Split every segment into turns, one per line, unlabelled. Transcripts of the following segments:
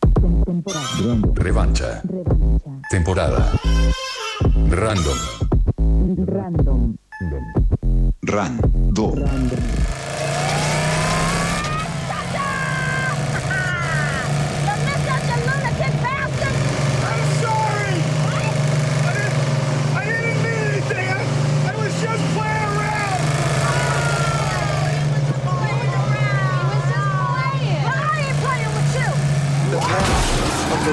Temporada.
Revancha.
Revancha.
Temporada. Random.
Random.
Random.
Random.
You're not such a lunatic bastard!
I'm sorry! I didn't, I didn't mean anything! I, I was just playing around!
Oh,
The path of the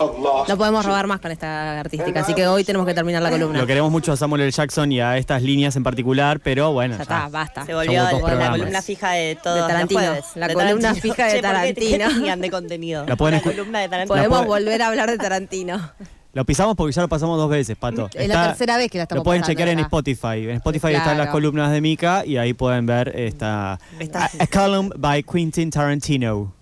of lost.
No podemos robar más con esta artística, así que hoy tenemos que terminar la columna.
Lo queremos mucho a Samuel L. Jackson y a estas líneas en particular, pero bueno.
Ya está, basta.
Se
Somos
volvió
dos
la, la
programas.
columna fija de todos
De
los
Tarantino,
jueves.
la columna fija de
Che, ¿por qué-
Tarantino.
¿Qué tenían de contenido?
La pueden escu-
columna de Tarantino.
Podemos
puede-
volver a hablar de Tarantino.
Lo pisamos porque ya lo pasamos dos veces, Pato.
Es la tercera vez que la estamos
Lo pueden
pasando,
chequear en
¿verdad?
Spotify. En Spotify
Claro.
están las columnas de Mika y ahí pueden ver esta...
Está-
A, A column by Quentin Tarantino.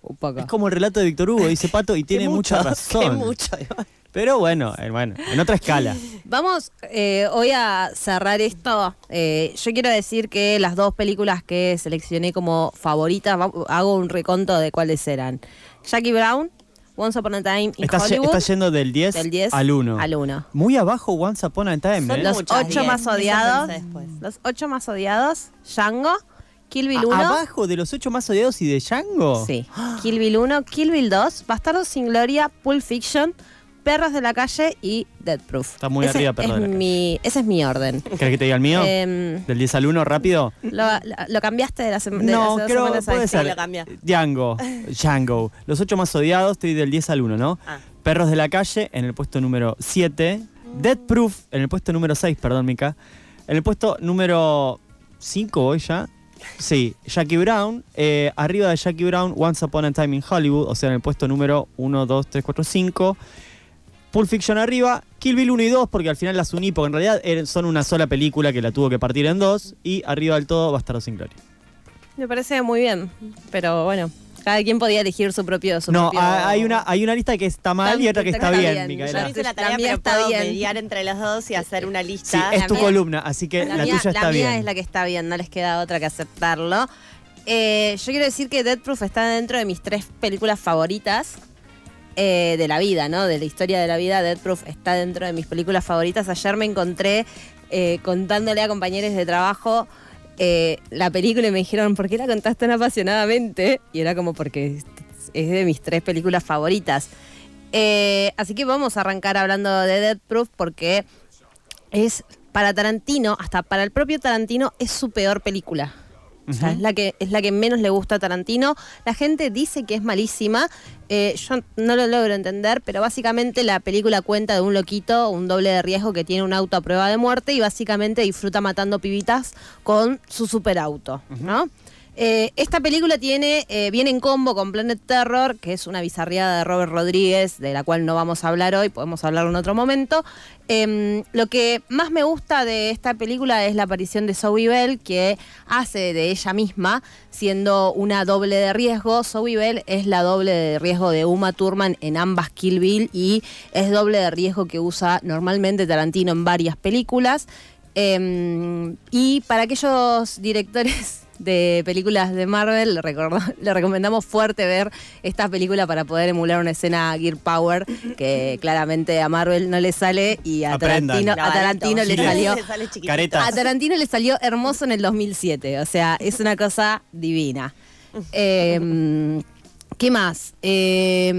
Un poco.
Es como el relato de Víctor Hugo, dice Pato, y tiene
Qué mucho,
mucha
qué
razón.
mucho. igual.
Pero bueno, eh, bueno, en otra escala.
Vamos eh, hoy a cerrar esto. Eh, yo quiero decir que las dos películas que seleccioné como favoritas, va- hago un reconto de cuáles eran. Jackie Brown, Once Upon a Time in
Está, ye-
Hollywood.
está yendo del 10,
Del 10
al 1.
al 1.
Muy abajo Once Upon a Time,
Son
¿eh?
los
muchas,
ocho
bien.
más
Eso pensé
odiados.
después.
Los ocho más odiados. Django, Kill Bill 1.
A- ¿Abajo de los ocho más odiados y de Django?
Sí. Kill Bill 1, Kill Bill 2, Bastardos sin Gloria, Pulp Fiction, Perros de la Calle y Dead Proof.
Está muy arriba Perros
es
de la Calle.
mi, Ese es mi orden.
¿Querés que te diga el mío?
Em,
¿Del 10 al 1 rápido?
Lo, lo- lo cambiaste de la semana.
No,
hace dos
creo que
semanas a
puede
este.
ser.
lo cambia.
Django. Django. Los ocho más odiados, estoy del 10 al 1, ¿no?
Ah.
Perros de la calle en el puesto número 7.
Mm.
Dead Proof en el puesto número 6, perdón, Mica. En el puesto número 5 hoy ya. Sí, Jackie Brown. eh, arriba de Jackie Brown, Once Upon a Time in Hollywood, o sea, en el puesto número 1, 2, 3, 4, 5. Pulp Fiction arriba, Kill Bill 1 y 2, porque al final las uní, porque en realidad er- son una sola película que la tuvo que partir en dos. Y arriba del todo, Bastardo sin Gloria.
Me parece muy bien, pero bueno, cada quien podía elegir su propio. Su
no,
propio-
ha- hay, una, hay una lista que está mal y otra que está, bien,
Yo
Micaela.
Yo no hice la tarea,
La mía
pero
está
puedo
bien.
mediar entre las dos y hacer una
Sí,
lista.
es tu
mía-
columna, así que la,
mía,
tuya está
la mía
bien.
es la que está bien, no les queda otra que aceptarlo. Eh, yo quiero decir que Dead Proof está dentro de mis tres películas favoritas eh, de la vida, ¿no? De la historia de la vida, Dead Proof está dentro de mis películas favoritas. Ayer me encontré eh, contándole a compañeros de trabajo eh, la película y me dijeron, ¿por qué la contás tan apasionadamente? Y era como porque es de mis tres películas favoritas. Eh, así que vamos a arrancar hablando de Dead Proof porque es para Tarantino, hasta para el propio Tarantino, es su peor película. O sea, es, la que, es la que menos le gusta a Tarantino. La gente dice que es malísima. Eh, yo no lo logro entender, pero básicamente la película cuenta de un loquito, un doble de riesgo que tiene un auto a prueba de muerte y básicamente disfruta matando pibitas con su superauto, ¿no? Eh, esta película tiene, eh, viene en combo con Planet Terror, que es una bizarriada de Robert Rodríguez, de la cual no vamos a hablar hoy, podemos hablar en otro momento. Em, lo que más me gusta de esta película es la aparición de Zoe Bell, que hace de ella misma, siendo una doble de riesgo. Zoe Bell es la doble de riesgo de Uma Thurman en ambas Kill Bill y es doble de riesgo que usa normalmente Tarantino en varias películas. Eh, y para aquellos directores de películas de Marvel, le, recorda- le recomendamos fuerte ver esta película para poder emular una escena Gear Power que claramente a Marvel no le sale y a
Aprendan.
Tarantino, a Tarantino le
Sí.
salió
Se sale chiquitito.
Careta.
a Tarantino le salió hermoso en el 2007, o sea, es una cosa divina. Eh, ¿Qué más? Eh,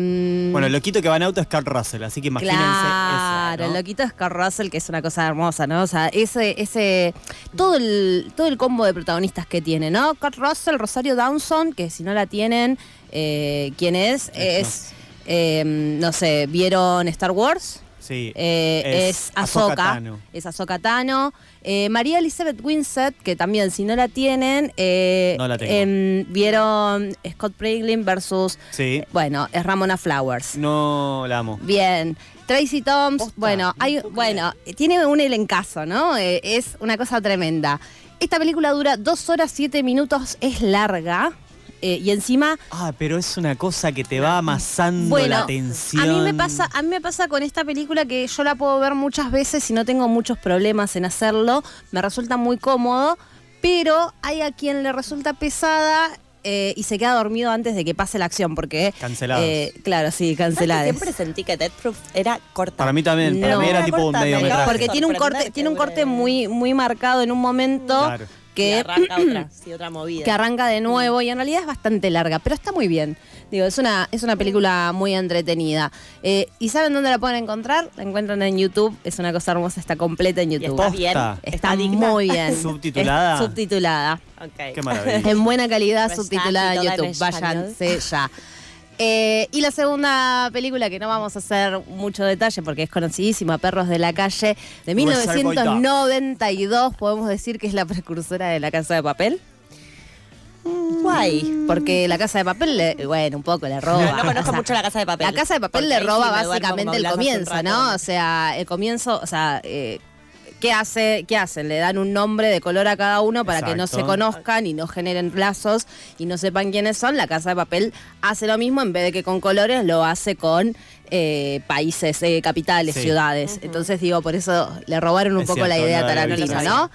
Bueno, el loquito que va en auto es Carl Russell, así que imagínense
Claro,
esa, ¿no?
el loquito es Kurt Russell, que es una cosa hermosa, ¿no? O sea, ese, ese, todo el, todo el combo de protagonistas que tiene, ¿no? Kurt Russell, Rosario Dawson, que si no la tienen, eh, ¿quién es? Es, eh, no sé, ¿vieron Star Wars?
Sí,
Eh, es,
Ahsoka
Ahsoka.
Tano.
Es Ahsoka Tano. Eh, María Elizabeth Winsett, que también, si no la tienen, eh,
No la tengo.
em, vieron Scott Pringlin versus,
Sí,
bueno, es Ramona Flowers.
no la amo.
Bien. Tracy Toms,
Posta,
bueno,
no
hay,
puedo
bueno, tiene un elencazo, ¿no? Eh, es una cosa tremenda. Esta película dura dos horas siete minutos, es larga. eh, y encima
Ah, pero es una cosa que te va amasando
Bueno,
la tensión.
A mí me pasa, a mí me pasa con esta película que yo la puedo ver muchas veces y no tengo muchos problemas en hacerlo. Me resulta muy cómodo, pero hay a quien le resulta pesada. eh, y se queda dormido antes de que pase la acción, porque.
Cancelados.
eh, claro, sí,
¿Sabes que
canceladas.
Siempre sentí que Death Proof era corta.
Para mí también, para
No.
mí era tipo un
Corta,
medio
me acaba
metraje.
Porque tiene un
sorprender
corte,
que
tiene un corte
dure-
muy, muy marcado en un momento
Claro.
que
que,
arranca otra, sí, otra movida.
que arranca de nuevo y en realidad es bastante larga, pero está muy bien. Digo, es una, es una película muy entretenida. Eh, ¿Y saben dónde la pueden encontrar? La encuentran en YouTube, es una cosa hermosa, está completa en
y
YouTube.
está
Posta.
bien.
Está
Está
digna.
muy bien.
¿Subtitulada?
Es subtitulada.
Ok.
Qué maravilla.
En buena calidad,
Pues
subtitulada
está
en
y toda en
YouTube.
español.
Váyanse ya. Eh, y la segunda película, que no vamos a hacer mucho detalle porque es conocidísima, Perros de la Calle, de
Reservoir Dogs.
1992, podemos decir que es la precursora de La Casa de Papel.
Guay.
Porque la casa de papel, le- bueno, un poco le roba.
No, no conozco
O sea,
mucho la casa de papel.
La casa de papel
Porque
le
ahí sí
roba
me duermo como
básicamente el
hablas hace un
comienzo,
rato.
¿no? O sea, el comienzo, o sea, eh, ¿qué, hace, ¿qué hacen? Le dan un nombre de color a cada uno para que no se
Exacto.
conozcan y no generen lazos y no sepan quiénes son. La casa de papel hace lo mismo, en vez de que con colores, lo hace con eh, países, eh, capitales,
Sí.
ciudades. Entonces, digo, por eso le robaron un
Es
poco la
cierto,
idea a
no lo había
Tarantino,
visto.
¿no?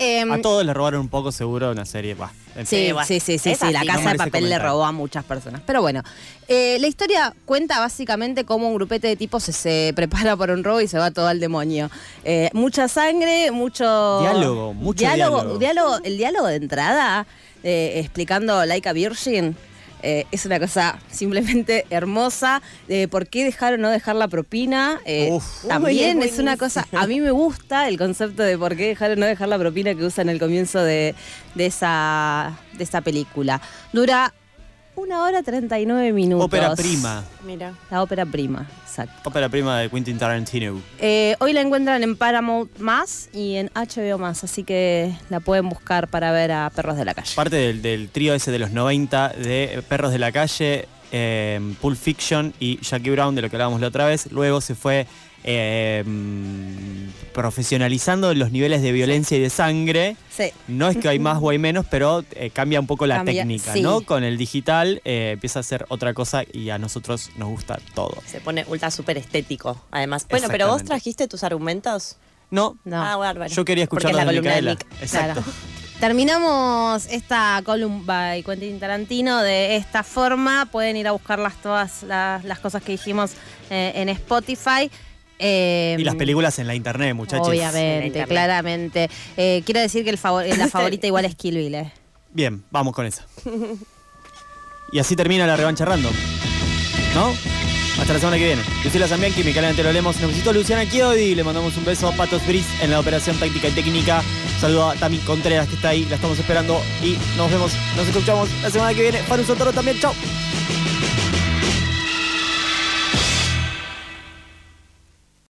Em,
A todos les robaron un poco seguro una serie. va, en
Sí,
fin.
Eh, bueno,
sí, sí, sí,
es
sí, la
así.
casa
No
de
merece
papel le
comentar.
robó a muchas personas. Pero bueno, eh, la historia cuenta básicamente cómo un grupete de tipos se, se prepara para un robo y se va todo al demonio. Eh, mucha sangre, mucho...
Diálogo, mucho diálogo.
diálogo- el diálogo de entrada, eh, explicando Laika Virgin, eh, es una cosa simplemente hermosa. Eh, ¿Por qué dejar o no dejar la propina? Eh,
Uf.
también
Uy,
es una cosa... A mí me gusta el concepto de por qué dejar o no dejar la propina que usan al comienzo de, de esa, de esa película. Dura una hora 39 minutos.
Ópera prima.
Mira.
La ópera prima, exacto.
Ópera prima de Quentin Tarantino.
Eh, hoy la encuentran en Paramount Más y en HBO Más, así que la pueden buscar para ver a Perros de la Calle.
Parte del, del trío ese de los 90 de Perros de la Calle, eh, Pulp Fiction y Jackie Brown, de lo que hablábamos la otra vez. Luego se fue eh, mm, profesionalizando los niveles de violencia y de sangre.
Sí.
No es que hay más o hay menos, pero eh, cambia un poco la
Cambia,
técnica,
sí.
¿no? Con el digital eh, empieza a ser otra cosa y a nosotros nos gusta todo.
Se pone ultra súper estético, además. Bueno, pero vos
Exactamente.
trajiste tus argumentos.
No,
No.
Ah, bárbaro.
yo quería
Porque
escuchar
es la
la de
columna de
Micaela.
Mick.
Exacto.
Claro. Terminamos esta column by Quentin Tarantino de esta forma. Pueden ir a buscarlas todas las, las cosas que dijimos eh, en Spotify.
Em,
Eh,
Y las películas en la internet, muchachos.
En
Obviamente,
internet.
claramente. Eh, quiero decir que el favor- la favorita igual es Kill Bill. eh.
Bien, vamos con esa. Y así termina la revancha random. ¿No? Hasta la semana que viene. Lucila Zambianchi, Micaela Antero Lemos, nos visitó Luciana Chiodi. Le mandamos un beso a Patos Bris en la operación táctica y técnica. Saludo a Tami Contreras que está ahí, la estamos esperando. Y nos vemos, nos escuchamos la semana que viene. Para un Sotoro también, chao.